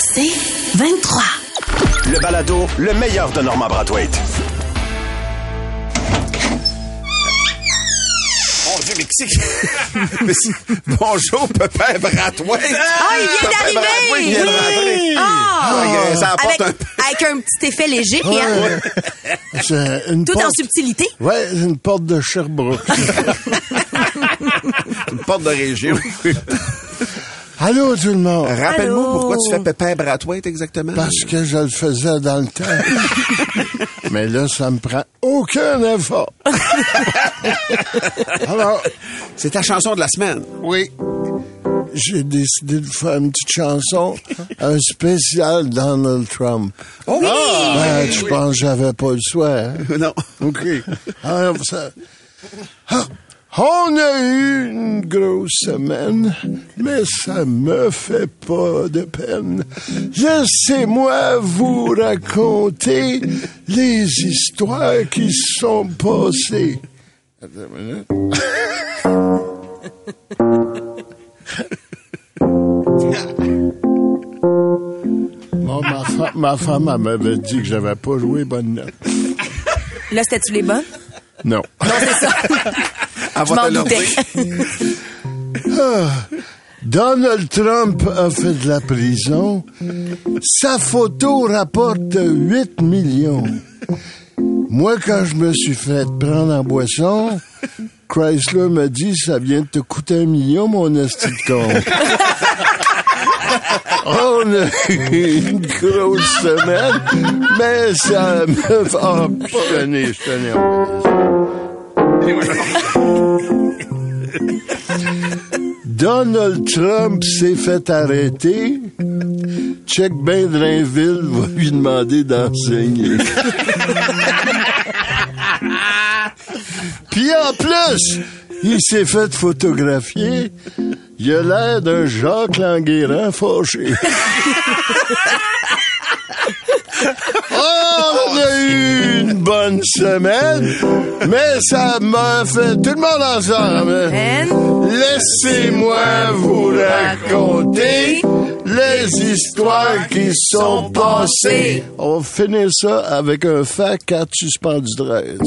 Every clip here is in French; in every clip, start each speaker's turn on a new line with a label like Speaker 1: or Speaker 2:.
Speaker 1: C'est 23.
Speaker 2: Le balado, le meilleur de Norma Brathwaite.
Speaker 3: Mon Dieu, mais qui c'est qui- Bonjour, Pépin Bratouin.
Speaker 1: Ah, il vient
Speaker 3: Pépin Bratouin
Speaker 1: d'arriver!
Speaker 3: vient de rentrer.
Speaker 1: Ah!
Speaker 3: Ah, il- ça apporte
Speaker 1: avec,
Speaker 3: un-
Speaker 1: avec un petit effet léger, hein?
Speaker 4: Ouais. C'est une
Speaker 1: tout en
Speaker 4: porte.
Speaker 1: subtilité.
Speaker 4: Ouais, c'est une porte de Sherbrooke.
Speaker 3: Une porte de région.
Speaker 4: Allô tout le monde.
Speaker 3: Rappelle-moi
Speaker 1: Allô?
Speaker 3: pourquoi tu fais Pépin Bratouin exactement.
Speaker 4: Parce que je le faisais dans le temps. Mais là, ça me prend aucun effort. Alors,
Speaker 3: C'est ta chanson de la semaine.
Speaker 4: oui, j'ai décidé de faire une petite chanson, un spécial Donald Trump.
Speaker 3: Oh!
Speaker 4: Ben, je pense que j'avais pas le choix. hein?
Speaker 3: Non.
Speaker 4: OK. Alors, ça... Ah, On a eu une grosse semaine, mais ça me fait pas de peine. Laissez-moi vous raconter les histoires qui se sont passées. Attends une minute. Bon, ma, fa- ma femme, elle m'avait dit que j'avais pas joué bonne note.
Speaker 1: Là, c'était-tu les bonnes?
Speaker 4: Non.
Speaker 3: Avant
Speaker 1: Je m'en
Speaker 3: de le
Speaker 1: doutais.
Speaker 3: dire.
Speaker 4: Donald Trump a fait de la prison. Sa photo rapporte 8 millions. Moi, quand je me suis fait prendre en boisson, Chrysler m'a dit ça vient de te coûter un million, mon esti de con. On a eu une grosse semaine, mais ça me fait... Oh, je tenais, je tenais. Donald Trump s'est fait arrêter. Check Ben Drainville va lui demander d'enseigner. Puis en plus, il s'est fait photographier. Il a l'air d'un Jacques Languérin fâché. Oh, on a eu une bonne semaine, mais ça m'a fait tout le monde ensemble.
Speaker 1: And-
Speaker 4: Laissez-moi vous raconter les histoires qui sont passées. On va finir ça avec un fait 4 suspendu 13.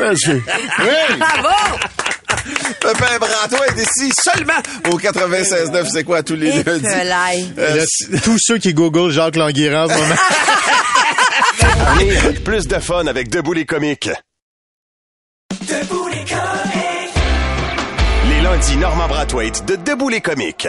Speaker 4: Merci. Oui.
Speaker 1: Bravo!
Speaker 3: Pépin Bratouin est ici seulement au 96.9. C'est quoi tous les
Speaker 1: Et
Speaker 3: lundis?
Speaker 1: que l'ail.
Speaker 3: Euh,
Speaker 5: tous ceux qui googlent Jacques Languirand en ce moment.
Speaker 2: Rire, plus de fun avec Debout les comiques. Les lundis, Norman Brathwaite de Debout les comiques.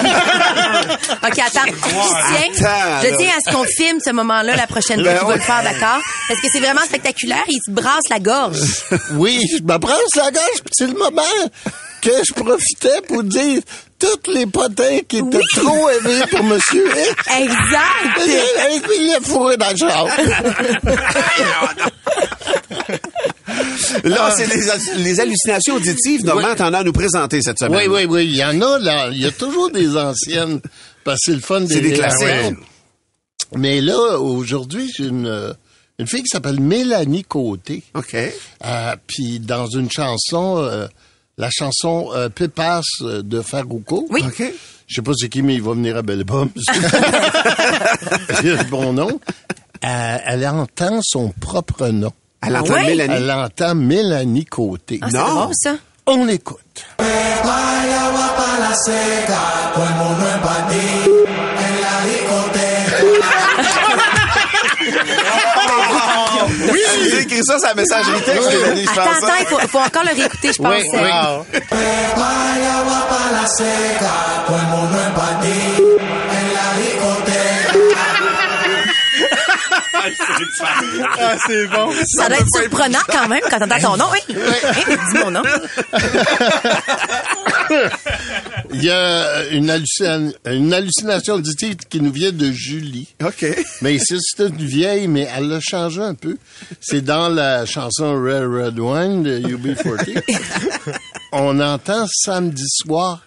Speaker 1: OK, attends. Je tiens,
Speaker 3: Attends, là.
Speaker 1: je tiens à ce qu'on filme ce moment-là la prochaine fois
Speaker 3: Ben
Speaker 1: qu'il
Speaker 3: ouais.
Speaker 1: va le faire, d'accord? Parce que c'est vraiment spectaculaire. Il se brasse la gorge.
Speaker 4: Oui, je me prends sur la gauche, puis c'est le moment que je profitais pour dire toutes les potins qui étaient
Speaker 1: Oui.
Speaker 4: trop élevés pour monsieur X.
Speaker 1: Exact!
Speaker 4: Il est fourré dans le char.
Speaker 3: Là, c'est les, les hallucinations auditives. Normand, t'en as à nous présenter cette semaine.
Speaker 4: Oui, oui, oui. Il y en a, là. Il y a toujours des anciennes. Parce que c'est le fun des,
Speaker 3: C'est des classiques.
Speaker 4: Ouais. Mais là, aujourd'hui, j'ai une, euh, une fille qui s'appelle Mélanie Côté.
Speaker 3: OK.
Speaker 4: Euh, Puis dans une chanson, euh, la chanson euh, Pépasse euh, de Farouko.
Speaker 1: Oui.
Speaker 3: OK.
Speaker 4: Je sais pas c'est qui, mais il va venir à Bellebum. c'est le bon nom. Euh, elle entend son propre nom.
Speaker 3: Elle entend
Speaker 1: Ouais.
Speaker 3: Ah, Mélanie.
Speaker 4: Elle entend Mélanie Côté.
Speaker 1: Ah, c'est
Speaker 3: Non.
Speaker 1: drôle, ça.
Speaker 4: On l'écoute.
Speaker 3: Ah! Oui! J'ai écrit ça, c'est un messagerie texte, Mélanie, je
Speaker 1: Attends,
Speaker 3: pense. hein.
Speaker 1: attends, il faut, faut encore le réécouter, je pense.
Speaker 6: Prepara el agua para la seca, todo el mundo en pandilla, en la discoteca.
Speaker 5: Ah, c'est bon.
Speaker 1: Ça doit être surprenant quand même quand t'entends ton nom. Hein? Hein? Dis mon nom.
Speaker 4: Il y a une, hallucin- une hallucination auditive qui nous vient de Julie.
Speaker 3: OK.
Speaker 4: Mais c'est c'est une vieille, mais elle l'a changé un peu. C'est dans la chanson Red Red Wine de UB40. On entend samedi soir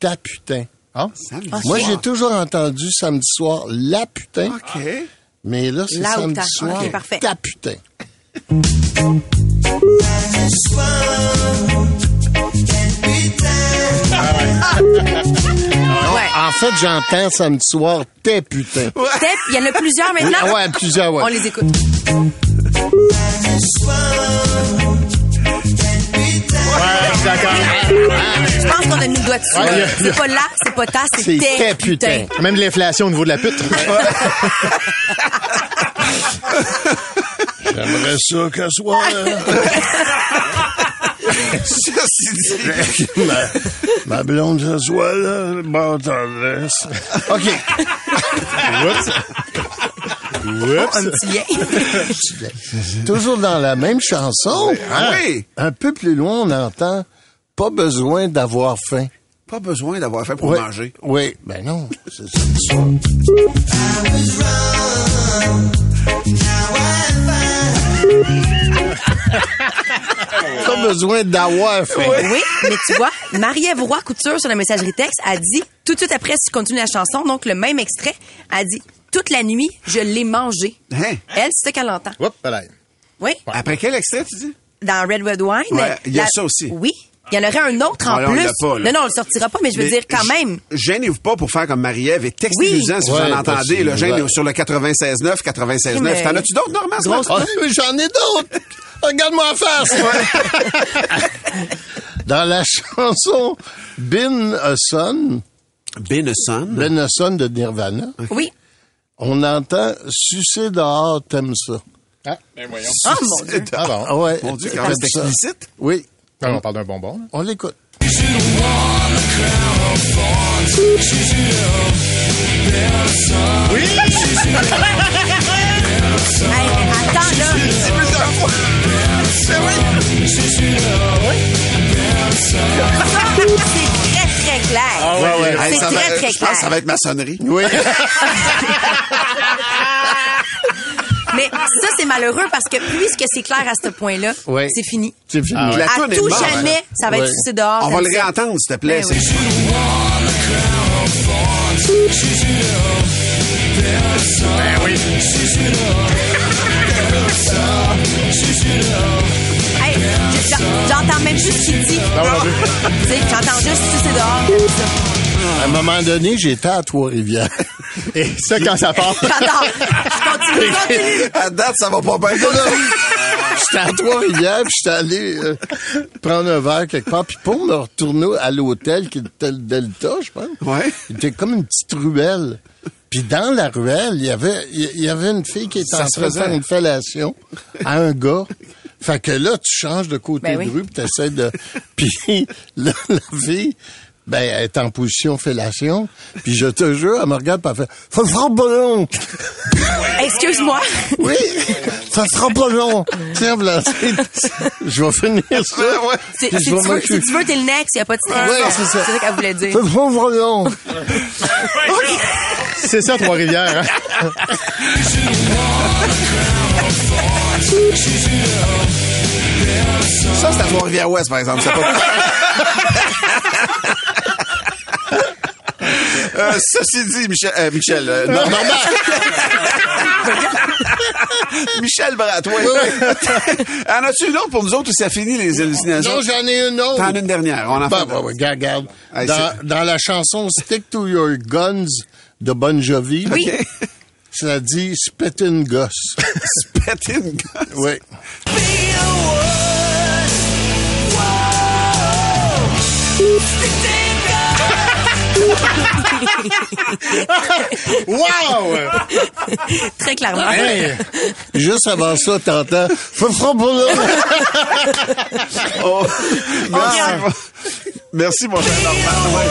Speaker 4: ta putain. Hein? Moi, j'ai toujours entendu samedi soir la putain,
Speaker 3: OK.
Speaker 4: mais là, c'est
Speaker 1: La ou
Speaker 4: samedi
Speaker 1: ta.
Speaker 4: soir
Speaker 1: Ok, parfait.
Speaker 4: ta putain.
Speaker 1: Ouais.
Speaker 4: En fait, j'entends samedi soir tes putain.
Speaker 1: Step, il y en a plusieurs maintenant.
Speaker 4: Ah ouais, plusieurs, ouais.
Speaker 1: On les écoute. Je pense qu'on a mis le doigt dessus.
Speaker 5: Ouais,
Speaker 1: là.
Speaker 5: y a- y a-
Speaker 1: C'est pas là, c'est pas ta, c'est
Speaker 4: C'est
Speaker 1: tes
Speaker 4: tes
Speaker 1: putain.
Speaker 4: putain.
Speaker 5: Même l'inflation au niveau de la pute.
Speaker 4: J'aimerais ça qu'elle soit... euh,
Speaker 3: Ceci dit,
Speaker 4: ma, ma blonde ce soir, là, le bon tendresse. OK.
Speaker 1: Un petit lien.
Speaker 4: Toujours dans la même chanson. Hein?
Speaker 3: Ah oui.
Speaker 4: Un peu plus loin, on entend pas besoin d'avoir faim.
Speaker 3: pas besoin d'avoir faim pour
Speaker 4: Ouais.
Speaker 3: manger.
Speaker 4: Oui, ben non. c'est ça. Pas besoin d'avoir faim.
Speaker 1: Oui, mais tu vois, Marie-Ève Roy Couture sur la messagerie texte a dit, tout de suite après, si tu continues la chanson, donc le même extrait, a dit, toute la nuit, je l'ai mangé.
Speaker 3: Hein?
Speaker 1: Elle, c'est ça qu'elle entend.
Speaker 5: Hop,
Speaker 4: ben
Speaker 5: là.
Speaker 1: Oui,
Speaker 3: Après quel extrait, tu dis?
Speaker 1: dans Red Red Wine.
Speaker 3: Ouais, il y a
Speaker 1: la-
Speaker 3: ça aussi.
Speaker 1: Oui. Il y en aurait un autre
Speaker 3: Ouais,
Speaker 1: en
Speaker 3: là, on
Speaker 1: plus.
Speaker 3: l'a pas, là.
Speaker 1: non, non, on le sortira pas, mais je veux
Speaker 3: Mais
Speaker 1: dire quand
Speaker 3: g-
Speaker 1: même.
Speaker 3: Gênez-vous pas pour faire comme Marie-Ève et textez-nous-en si vous
Speaker 4: Ouais,
Speaker 3: en
Speaker 4: parce que-
Speaker 3: entendez. Là, gênez
Speaker 4: ouais.
Speaker 3: sur le 96.9, 96.9.
Speaker 1: Mais-
Speaker 3: T'en as-tu d'autres, Normand? ce matin?
Speaker 4: Ah, mais j'en ai d'autres. Regarde-moi en face. Dans la chanson Bin Husson,
Speaker 3: Benison.
Speaker 4: Ben Husson de Nirvana,
Speaker 1: Oui.
Speaker 4: on entend Sucer dehors, t'aimes ça.
Speaker 3: Ah,
Speaker 1: Oh mon Dieu.
Speaker 5: Ah bon.
Speaker 4: Ah ouais.
Speaker 3: ben Mon Dieu,
Speaker 4: t'aimes
Speaker 3: quand même,
Speaker 4: ça.
Speaker 3: c'est explicite.
Speaker 4: Oui,
Speaker 5: Ah, on parle d'un bonbon. là.
Speaker 4: on l'écoute.
Speaker 1: Hey, attends, là.
Speaker 3: Ben
Speaker 1: C'est très, très clair.
Speaker 5: ouais, ouais.
Speaker 3: Hey,
Speaker 1: C'est
Speaker 3: ça
Speaker 1: très,
Speaker 3: va-
Speaker 1: très
Speaker 3: Je pense
Speaker 1: clair.
Speaker 3: que ça va être maçonnerie.
Speaker 4: Oui.
Speaker 1: Mais ça, c'est malheureux parce que puisque c'est clair à ce point-là,
Speaker 4: Ouais.
Speaker 1: c'est fini.
Speaker 4: C'est fini.
Speaker 5: Ah ouais.
Speaker 3: La
Speaker 1: À
Speaker 3: toune est
Speaker 1: tout
Speaker 3: morte.
Speaker 1: jamais, ça va être
Speaker 4: Ouais.
Speaker 1: sucé dehors.
Speaker 3: On va
Speaker 1: comme
Speaker 3: le
Speaker 1: ça.
Speaker 3: réentendre, s'il te plaît.
Speaker 1: Ben
Speaker 3: C'est-
Speaker 1: oui. Hey, je- j'en- J'entends même plus ce qu'il dit. Tu sais, J'entends juste sucer dehors.
Speaker 4: À un moment donné, j'étais à Trois-Rivières.
Speaker 5: Et ça, quand ça part.
Speaker 1: J'entends. Je continue, continue.
Speaker 3: À date, ça va pas bien.
Speaker 4: J'étais à Trois-Rivières, puis j'étais allé euh, prendre un verre quelque part. Puis pour me retourner à l'hôtel, qui était le Delta, je pense,
Speaker 3: Ouais.
Speaker 4: était comme une petite ruelle. Puis dans la ruelle, il y avait, il y avait une fille qui était
Speaker 3: Ça
Speaker 4: en
Speaker 3: se
Speaker 4: train de faire
Speaker 3: faisait.
Speaker 4: une fellation à un gars. Fait que là, tu changes de côté
Speaker 1: Ben
Speaker 4: de
Speaker 1: oui.
Speaker 4: rue, puis t'essaies de... Puis là, la fille, ben, elle est en position fellation. Puis je te jure, elle me regarde, puis elle fait « Faut le faire ballon! »
Speaker 1: Excuse-moi.
Speaker 4: Oui, ça sera pas long. Tiens, voilà, c'est- je vais finir ça.
Speaker 1: Si,
Speaker 4: Puis
Speaker 1: si
Speaker 4: je
Speaker 1: tu
Speaker 4: vais
Speaker 1: veux,
Speaker 4: m'occuper.
Speaker 1: si tu veux, t'es le next. Il n'y a pas de stress.
Speaker 4: Ouais, Ah, c'est ça.
Speaker 1: ça qu'elle voulait dire.
Speaker 4: Ça sera pas long.
Speaker 5: C'est ça, Trois-Rivières. hein.
Speaker 3: Ça, c'est à Trois-Rivières-Ouest, par exemple. C'est pas- Euh, ceci dit, Michel, euh, Michel, euh, non, non, non. Michel Bratois. en as-tu une autre pour nous autres ou ça finit les hallucinations?
Speaker 4: Non, j'en ai une autre.
Speaker 3: T'en as une dernière. On en
Speaker 4: Bah,
Speaker 3: fait.
Speaker 4: bah, ouais, regarde, regarde.
Speaker 3: Hey,
Speaker 4: Dans, dans la chanson Stick to Your Guns de Bon Jovi,
Speaker 1: Oui.
Speaker 4: ça dit Spittin' Gosse.
Speaker 3: Pète une gosse.
Speaker 4: oui.
Speaker 5: Wow!
Speaker 1: Très clairement.
Speaker 5: Hey!
Speaker 4: Juste avant ça, t'entends Faut faire pas long.
Speaker 3: Oh. Merci,
Speaker 1: regarde.
Speaker 3: mon- Merci, mon cher Normand. Ouais.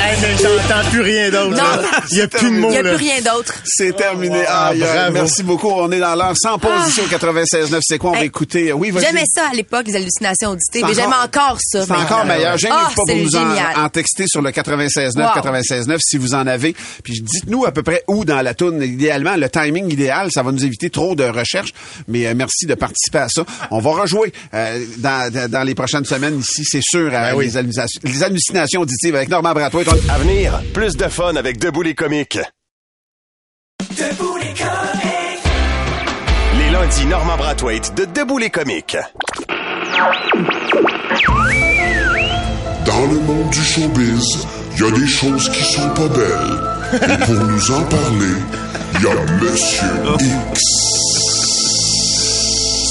Speaker 1: Hey,
Speaker 5: J'entends plus rien d'autre.
Speaker 1: Non,
Speaker 5: là. Il n'y a plus de
Speaker 1: Il
Speaker 5: mots.
Speaker 1: n'y a
Speaker 5: là.
Speaker 1: plus rien d'autre.
Speaker 3: C'est terminé.
Speaker 5: wow,
Speaker 3: Ah, il y a-
Speaker 5: bravo.
Speaker 3: merci beaucoup. On est dans l'heure sans pause ici au 96.9. C'est quoi? On va
Speaker 1: Hey,
Speaker 3: écouter. euh, Oui, vas-y.
Speaker 1: J'aimais ça à l'époque, les hallucinations auditives, mais
Speaker 3: C'est
Speaker 1: j'aime encore ça.
Speaker 3: C'est encore
Speaker 1: maintenant.
Speaker 3: meilleur. J'aime
Speaker 1: Ah,
Speaker 3: pas
Speaker 1: c'est
Speaker 3: pour nous
Speaker 1: génial.
Speaker 3: en, en texter sur le 96.9,
Speaker 1: Wow.
Speaker 3: 96.9 si vous en avez. Puis dites-nous à peu près où dans la toune, idéalement, le timing idéal. Ça va nous éviter trop de recherches. Mais euh, merci de participer à ça. On va rejouer euh, dans, dans- dans les prochaines semaines ici, c'est sûr, à
Speaker 5: oui.
Speaker 3: les, hallucinations, les hallucinations auditives avec Normand ah, Bratoit.
Speaker 2: À venir, plus de fun avec Debout les comiques. Les lundis, Normand Brathwaite de Debout les comiques.
Speaker 6: Dans le monde du showbiz, il y a des choses qui sont pas belles. Et pour nous en parler, il y a Monsieur X.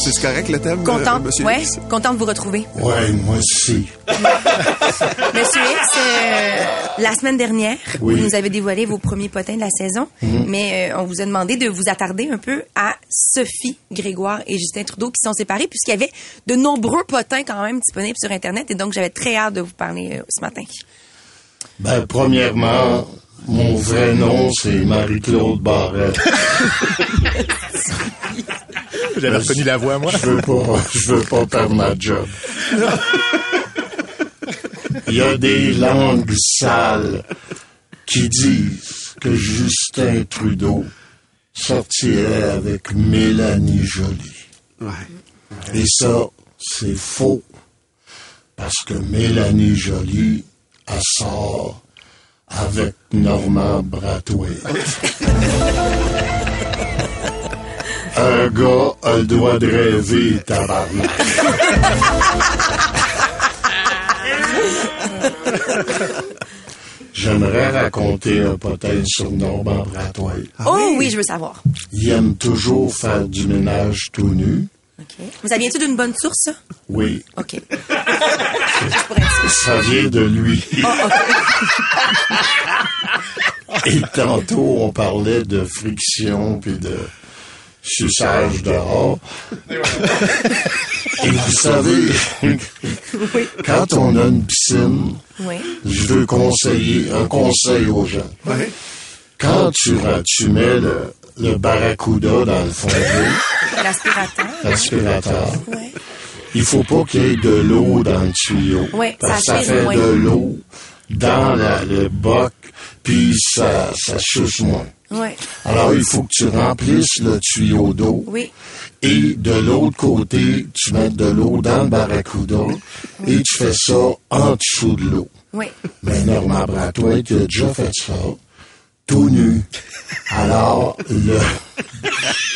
Speaker 3: C'est correct le thème? euh,
Speaker 1: Contente,
Speaker 3: monsieur
Speaker 1: ouais,
Speaker 3: X?
Speaker 1: contente de vous retrouver.
Speaker 4: Euh, Ouais, moi aussi.
Speaker 1: Monsieur X, euh, la semaine dernière, vous nous avez dévoilé vos premiers potins de la saison,
Speaker 4: Mhm.
Speaker 1: mais euh, on vous a demandé de vous attarder un peu à Sophie Grégoire et Justin Trudeau qui sont séparés puisqu'il y avait de nombreux potins quand même disponibles sur Internet et donc j'avais très hâte de vous parler euh, ce matin.
Speaker 4: Ben, premièrement, mon vrai nom, c'est Marie-Claude Barrette.
Speaker 5: J'avais reconnu la voix, moi.
Speaker 4: Je veux pas, je veux pas perdre ma job. Il y a des langues sales qui disent que Justin Trudeau sortirait avec Mélanie Jolie. Et ça, c'est faux. Parce que Mélanie Jolie, elle sort avec Normand Brathwaite. Un gars a le droit de rêver, tabarnak. J'aimerais raconter un potin sur Normand Bratoil.
Speaker 1: oh oui, je veux savoir.
Speaker 4: Il aime toujours faire du ménage tout nu.
Speaker 1: Vous aviez-tu d'une bonne source, ça?
Speaker 4: Oui,
Speaker 1: OK. Je pourrais dire.
Speaker 4: ça vient de lui. Ah, Et tantôt, on parlait de friction puis de suçage de rats. Et vous savez, quand on a une piscine,
Speaker 1: Oui.
Speaker 4: je veux conseiller un conseil aux gens. Quand tu, ra- tu mets le, le barracuda dans le fond de
Speaker 1: L'aspirateur.
Speaker 4: l'aspirateur,
Speaker 1: Ouais.
Speaker 4: il faut pas qu'il y ait de l'eau dans le tuyau.
Speaker 1: Ouais,
Speaker 4: parce
Speaker 1: ça
Speaker 4: que ça
Speaker 1: file
Speaker 4: fait
Speaker 1: moins.
Speaker 4: de l'eau dans la- le boc, puis ça, ça suce moins.
Speaker 1: Ouais.
Speaker 4: Alors, il faut que tu remplisses le tuyau d'eau.
Speaker 1: Oui.
Speaker 4: Et de l'autre côté, tu mets de l'eau dans le barracuda et tu fais ça en dessous de l'eau.
Speaker 1: Oui.
Speaker 4: Mais Normand Bratois, tu as déjà fait ça, tout nu. Alors, le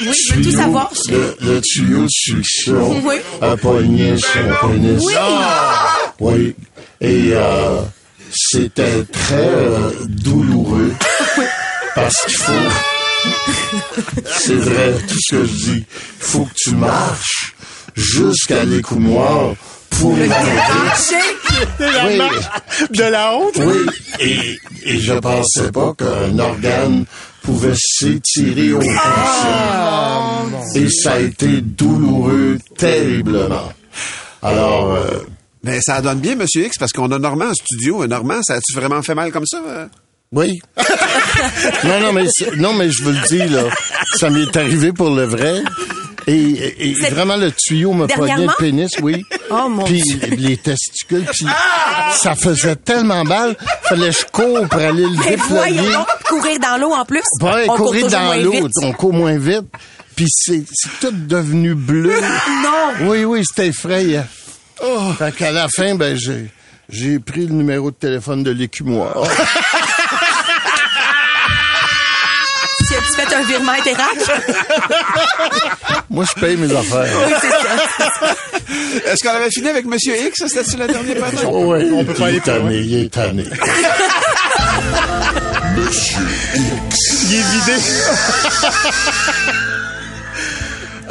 Speaker 1: Oui, je veux tout
Speaker 4: tuyau,
Speaker 1: savoir. Je-
Speaker 4: le, le tuyau de succion
Speaker 1: Oui.
Speaker 4: a pogné son pénis.
Speaker 1: Oui.
Speaker 5: Ah.
Speaker 4: Oui. Et euh, c'était très euh, douloureux. Parce qu'il faut. C'est vrai, tout ce que je dis. faut que tu marches jusqu'à l'écoumoire pour l'arrêter. Oui.
Speaker 5: De la honte.
Speaker 4: Oui, et, et je pensais pas qu'un organe pouvait s'étirer au possible. Et ça a été douloureux terriblement. Alors, euh,
Speaker 3: Mais Ben, ça donne bien, Monsieur X, parce qu'on a Normand en studio. Euh, Normand, ça a-tu vraiment fait mal comme ça? euh?
Speaker 4: oui. non, non, mais, c'est- non, mais je vous le dis, là, ça m'est arrivé pour le vrai. Et, et- et
Speaker 1: C'est-
Speaker 4: vraiment, le tuyau me pognait
Speaker 1: Dernièrement?
Speaker 4: le pénis, oui.
Speaker 1: Oh, mon
Speaker 4: Puis
Speaker 1: Dieu.
Speaker 4: les testicules, puis ça faisait tellement mal, fallait que je cours pour aller le
Speaker 1: Mais
Speaker 4: déployer.
Speaker 1: voyons donc, courir dans l'eau en plus.
Speaker 4: Ouais,
Speaker 1: on court
Speaker 4: courir
Speaker 1: toujours moins
Speaker 4: dans l'eau,
Speaker 1: vite.
Speaker 4: on court moins vite. Puis c'est c'est tout devenu bleu.
Speaker 1: Non. Oh.
Speaker 4: Oui, oui, c'était effrayant. Fait qu'à la fin, ben, j'ai, j'ai pris le numéro de téléphone de l'écumoire.
Speaker 1: Si tu fais un virement interac,
Speaker 4: Moi, je paye mes affaires.
Speaker 3: Est-ce qu'on avait fini avec Monsieur X? ça? C'était-tu le dernier patron?
Speaker 4: Oh, ouais,
Speaker 5: On peut pas
Speaker 4: il
Speaker 5: aller
Speaker 4: est
Speaker 5: plus loin.
Speaker 4: tanné, il est tanné.
Speaker 6: Monsieur X.
Speaker 5: Il est vidé.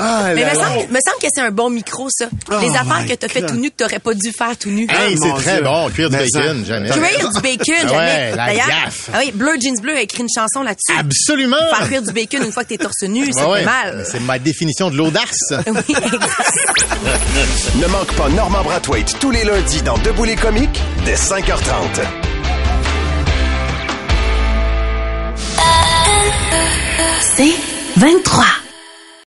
Speaker 5: ah,
Speaker 1: mais
Speaker 5: la
Speaker 1: me
Speaker 5: honte.
Speaker 1: semble, me semble que c'est un bon micro, ça. Les affaires que t'as fait tout nu que t'aurais pas dû faire tout nu.
Speaker 5: Hey, c'est
Speaker 3: mon
Speaker 5: très
Speaker 3: Dieu.
Speaker 5: bon. Cuire du
Speaker 3: Mais ça-
Speaker 5: bacon, Jeannette.
Speaker 1: Cuire du bacon,
Speaker 5: Ah
Speaker 1: jamais.
Speaker 5: ouais, la
Speaker 1: D'ailleurs,
Speaker 5: gaffe.
Speaker 1: ah oui, Bleu Jeans Bleu a écrit une chanson là-dessus.
Speaker 5: Absolument.
Speaker 1: Faire cuire du bacon une fois que t'es torse nu, ça
Speaker 5: Ouais, ouais.
Speaker 1: fait mal.
Speaker 5: Mais C'est ma définition de l'audace.
Speaker 1: Oui,
Speaker 2: Ne manque pas Normand Brathwaite tous les lundis dans Debout les comiques dès 5h30.
Speaker 1: 23.